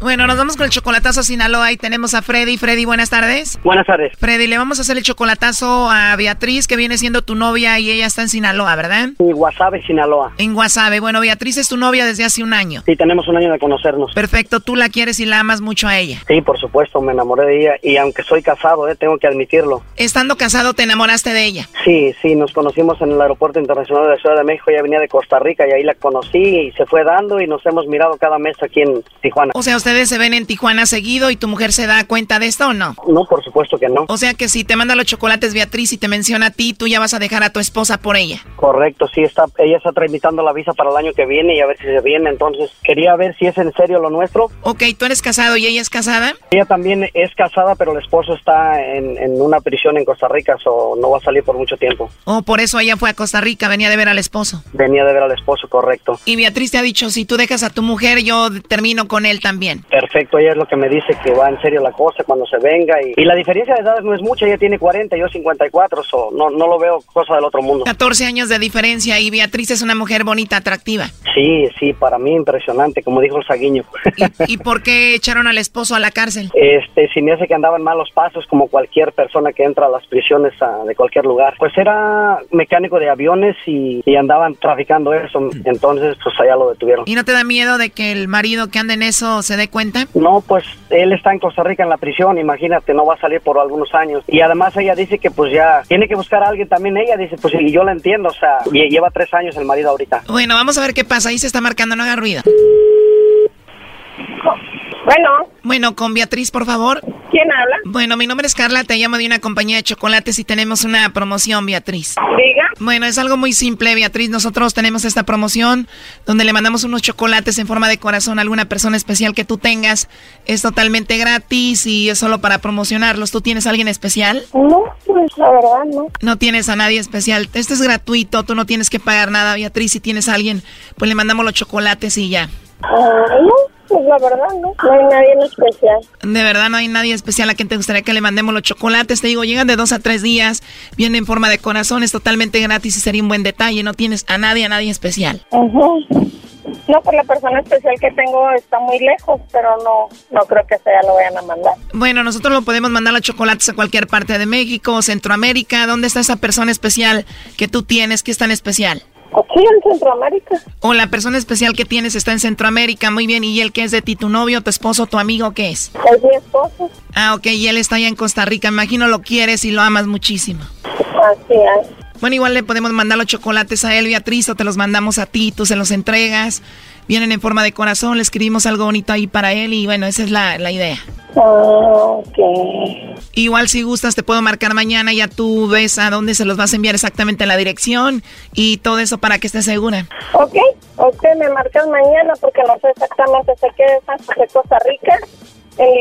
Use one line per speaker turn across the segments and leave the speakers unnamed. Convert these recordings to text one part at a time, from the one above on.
Bueno, nos vamos con el chocolatazo a Sinaloa y tenemos a Freddy. Freddy, buenas tardes.
Buenas tardes.
Freddy, le vamos a hacer el chocolatazo a Beatriz, que viene siendo tu novia y ella está en Sinaloa, ¿verdad?
En Guasave, Sinaloa.
En Guasave. Bueno, Beatriz es tu novia desde hace un año.
Sí, tenemos un año de conocernos.
Perfecto, tú la quieres y la amas mucho a ella.
Sí, por supuesto, me enamoré de ella y aunque soy casado, eh, tengo que admitirlo.
Estando casado, te enamoraste de ella.
Sí, sí, nos conocimos en el Aeropuerto Internacional de la Ciudad de México, ella venía de Costa Rica y ahí la conocí y se fue dando y nos hemos mirado cada mes aquí en Tijuana.
O sea, ustedes se ven en Tijuana seguido y tu mujer se da cuenta de esto o no?
No, por supuesto que no.
O sea que si te manda los chocolates Beatriz y te menciona a ti, tú ya vas a dejar a tu esposa por ella.
Correcto, sí, está, ella está tramitando la visa para el año que viene y a ver si se viene. Entonces, quería ver si es en serio lo nuestro.
Ok, tú eres casado y ella es casada.
Ella también es casada, pero el esposo está en, en una prisión en Costa Rica, so no va a salir por mucho tiempo.
Oh, por eso ella fue a Costa Rica, venía de ver al esposo.
Venía de ver al esposo, correcto.
Y Beatriz te ha dicho, si tú dejas a tu mujer, yo termino con él también.
Perfecto, ella es lo que me dice que va en serio la cosa cuando se venga. Y, y la diferencia de edades no es mucha, ella tiene 40, yo 54, so no, no lo veo cosa del otro mundo.
14 años de diferencia y Beatriz es una mujer bonita, atractiva.
Sí, sí, para mí impresionante, como dijo el saguiño.
¿Y, y por qué echaron al esposo a la cárcel?
Este, si me hace que andaban malos pasos, como cualquier persona que entra a las prisiones ah, de cualquier lugar. Pues era mecánico de aviones y, y andaban traficando eso, entonces pues allá lo detuvieron.
¿Y no te da miedo de que el marido que anda en eso se dé cuenta?
No, pues él está en Costa Rica en la prisión, imagínate, no va a salir por algunos años. Y además ella dice que pues ya tiene que buscar a alguien también. Ella dice, pues y yo la entiendo, o sea, lle- lleva tres años el marido ahorita.
Bueno, vamos a ver qué pasa. Ahí se está marcando, no haga ruido.
Bueno,
Bueno, con Beatriz, por favor.
¿quién habla?
Bueno, mi nombre es Carla, te llamo de una compañía de chocolates y tenemos una promoción, Beatriz.
Diga.
Bueno, es algo muy simple, Beatriz. Nosotros tenemos esta promoción donde le mandamos unos chocolates en forma de corazón a alguna persona especial que tú tengas. Es totalmente gratis y es solo para promocionarlos. ¿Tú tienes a alguien especial?
No, pues la verdad no.
No tienes a nadie especial. Esto es gratuito, tú no tienes que pagar nada, Beatriz. Si tienes a alguien, pues le mandamos los chocolates y ya.
Ah, no, pues la verdad no. No hay nadie en especial.
De verdad no hay nadie especial a quien te gustaría que le mandemos los chocolates. Te digo, llegan de dos a tres días, vienen en forma de corazón, es totalmente gratis y sería un buen detalle. No tienes a nadie, a nadie especial.
Ujú. No, pues la persona especial que tengo está muy lejos, pero no, no creo que sea lo vayan a mandar.
Bueno, nosotros lo podemos mandar los chocolates a cualquier parte de México, Centroamérica. ¿Dónde está esa persona especial que tú tienes que es tan especial?
Aquí en Centroamérica.
O la persona especial que tienes está en Centroamérica, muy bien. ¿Y él qué es de ti? ¿Tu novio, tu esposo, tu amigo? ¿Qué es?
Es mi esposo.
Ah, ok, y él está allá en Costa Rica. Imagino lo quieres y lo amas muchísimo.
Así es.
Bueno, igual le podemos mandar los chocolates a él, Beatriz, o te los mandamos a ti, tú se los entregas. Vienen en forma de corazón, le escribimos algo bonito ahí para él y bueno, esa es la, la idea.
Ah, ok.
Igual si gustas te puedo marcar mañana, ya tú ves a dónde se los vas a enviar exactamente la dirección y todo eso para que estés segura.
Ok, ok, me marcas mañana porque no sé exactamente, sé que es San José, Costa Rica. En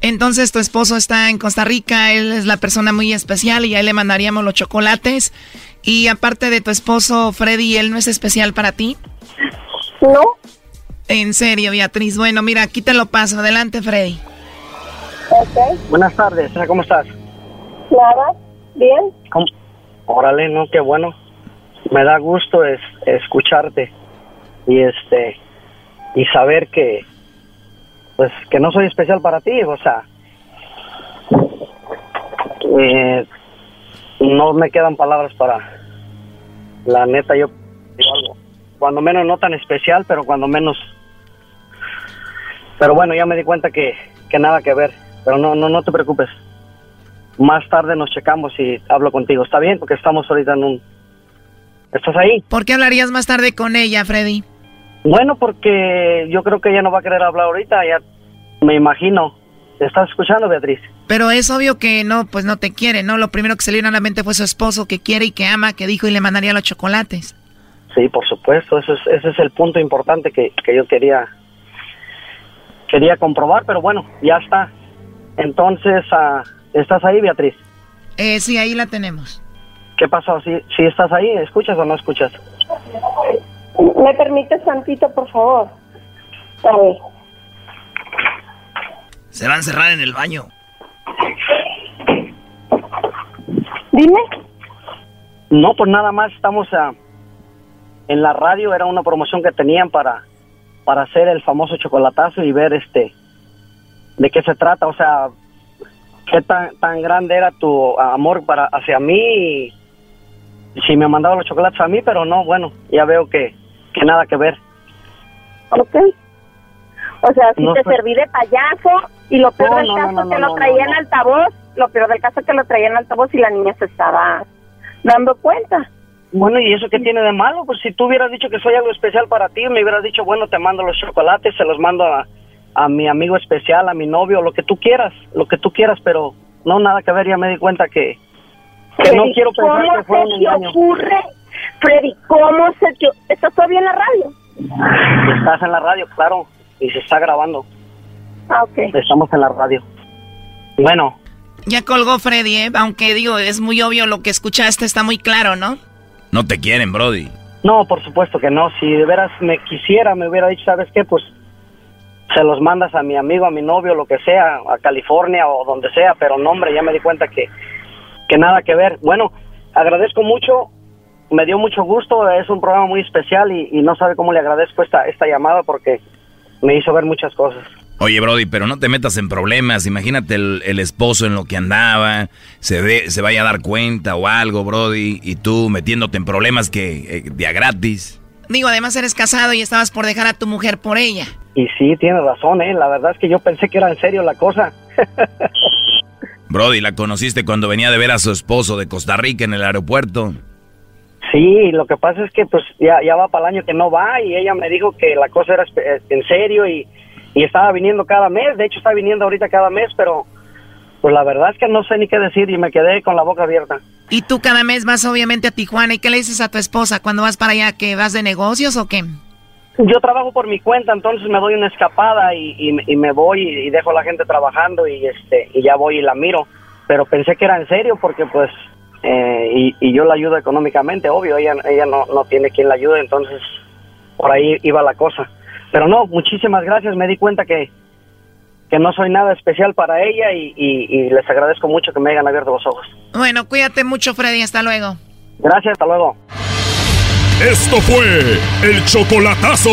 Entonces tu esposo está en Costa Rica, él es la persona muy especial y ahí le mandaríamos los chocolates. Y aparte de tu esposo, Freddy, ¿él no es especial para ti?
¿No?
En serio, Beatriz. Bueno, mira, aquí te lo paso. Adelante, Freddy.
Ok,
Buenas tardes, ¿cómo estás?
nada, bien.
¿Cómo? Órale, no, qué bueno. Me da gusto es, escucharte y este y saber que pues que no soy especial para ti, o sea, eh, no me quedan palabras para la neta yo cuando menos no tan especial, pero cuando menos pero bueno, ya me di cuenta que, que nada que ver, pero no no no te preocupes más tarde nos checamos y hablo contigo. ¿Está bien? Porque estamos ahorita en un... ¿Estás ahí?
¿Por qué hablarías más tarde con ella, Freddy?
Bueno, porque yo creo que ella no va a querer hablar ahorita, ya me imagino. ¿Te estás escuchando, Beatriz?
Pero es obvio que no, pues no te quiere, ¿no? Lo primero que se le vino a la mente fue su esposo, que quiere y que ama, que dijo y le mandaría los chocolates.
Sí, por supuesto, eso es, ese es el punto importante que, que yo quería quería comprobar, pero bueno, ya está. Entonces, ah, ¿estás ahí, Beatriz?
Eh, sí, ahí la tenemos.
¿Qué pasó? Si, si estás ahí, ¿escuchas o no escuchas?
¿Me permites tantito, por favor? Ay,
Se va a encerrar en el baño.
Dime.
No, pues nada más estamos ah, en la radio, era una promoción que tenían para, para hacer el famoso chocolatazo y ver este de qué se trata, o sea, qué tan, tan grande era tu amor para hacia mí y si me mandaba los chocolates a mí, pero no, bueno, ya veo que, que nada que ver.
Ok. O sea, si
No
te
fue-
serví de payaso y lo peor
No,
del
no,
caso
no, no,
que
no,
lo
no,
traía en
no.
altavoz, lo peor del caso que lo traía en altavoz y la niña se estaba dando cuenta.
Bueno, ¿y eso qué tiene de malo? Pues si tú hubieras dicho que soy algo especial para ti, me hubieras dicho, bueno, te mando los chocolates, se los mando a, a mi amigo especial, a mi novio, lo que tú quieras, lo que tú quieras, pero no, nada que ver, ya me di cuenta que, que no
Freddy,
quiero pensar
¿Cómo
que fue un
se te
engaño.
ocurre? Freddy, ¿cómo se te ¿Estás todavía en la radio?
Estás en la radio, claro, y se está grabando,
Ah, ok.
estamos en la radio. Bueno,
Ya colgó Freddy, ¿eh? aunque digo, es muy obvio lo que escuchaste, está muy claro, ¿no?
No te quieren, Brody.
no, por supuesto que no, si de veras me quisiera, me hubiera dicho, ¿sabes qué? Pues se los mandas a mi amigo, a mi novio, lo que sea, a California o donde sea, pero no, hombre, ya me di cuenta que, que nada que ver. Bueno, agradezco mucho, me dio mucho gusto, es un programa muy especial y, y no sabe cómo le agradezco esta, esta llamada porque me hizo ver muchas cosas.
Oye, Brody, pero no te metas en problemas. Imagínate el, el esposo en lo que andaba, se, ve, se vaya a dar cuenta o algo, Brody, y tú metiéndote en problemas que eh, de a gratis.
Digo, además eres casado y estabas por dejar a tu mujer por ella.
Y sí, tiene razón, ¿eh? la verdad es que yo pensé que era en serio la cosa.
Brody, la conociste cuando venía de ver a su esposo de Costa Rica en el aeropuerto.
Sí, lo que pasa es que pues ya, ya va para el año que no va y ella me dijo que la cosa era espe- eh, en serio y, y estaba viniendo cada mes, de hecho está viniendo ahorita cada mes, pero pues la verdad es que no sé ni qué decir y me quedé con la boca abierta.
Y tú cada mes vas obviamente a Tijuana. ¿Y qué le dices a tu esposa cuando vas para allá? ¿Que vas de negocios o qué?
Yo trabajo por mi cuenta, entonces me doy una escapada y, y me- y me voy y, y dejo a la gente trabajando y este y ya voy y la miro, pero pensé que era en serio porque pues eh, y, y yo la ayudo económicamente, obvio, ella, ella no, no tiene quien la ayude, entonces por ahí iba la cosa. Pero no, muchísimas gracias, me di cuenta que, que no soy nada especial para ella y, y- y les agradezco mucho que me hayan abierto los ojos.
Bueno, cuídate mucho, Freddy. Hasta luego.
Gracias, hasta luego.
Esto fue el chocolatazo.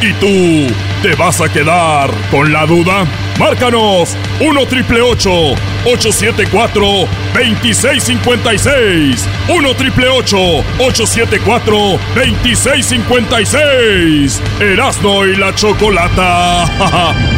¿Y tú te vas a quedar con la duda? Márcanos 1 triple 874 2656. 1 triple 874 2656. Erasno y la chocolata.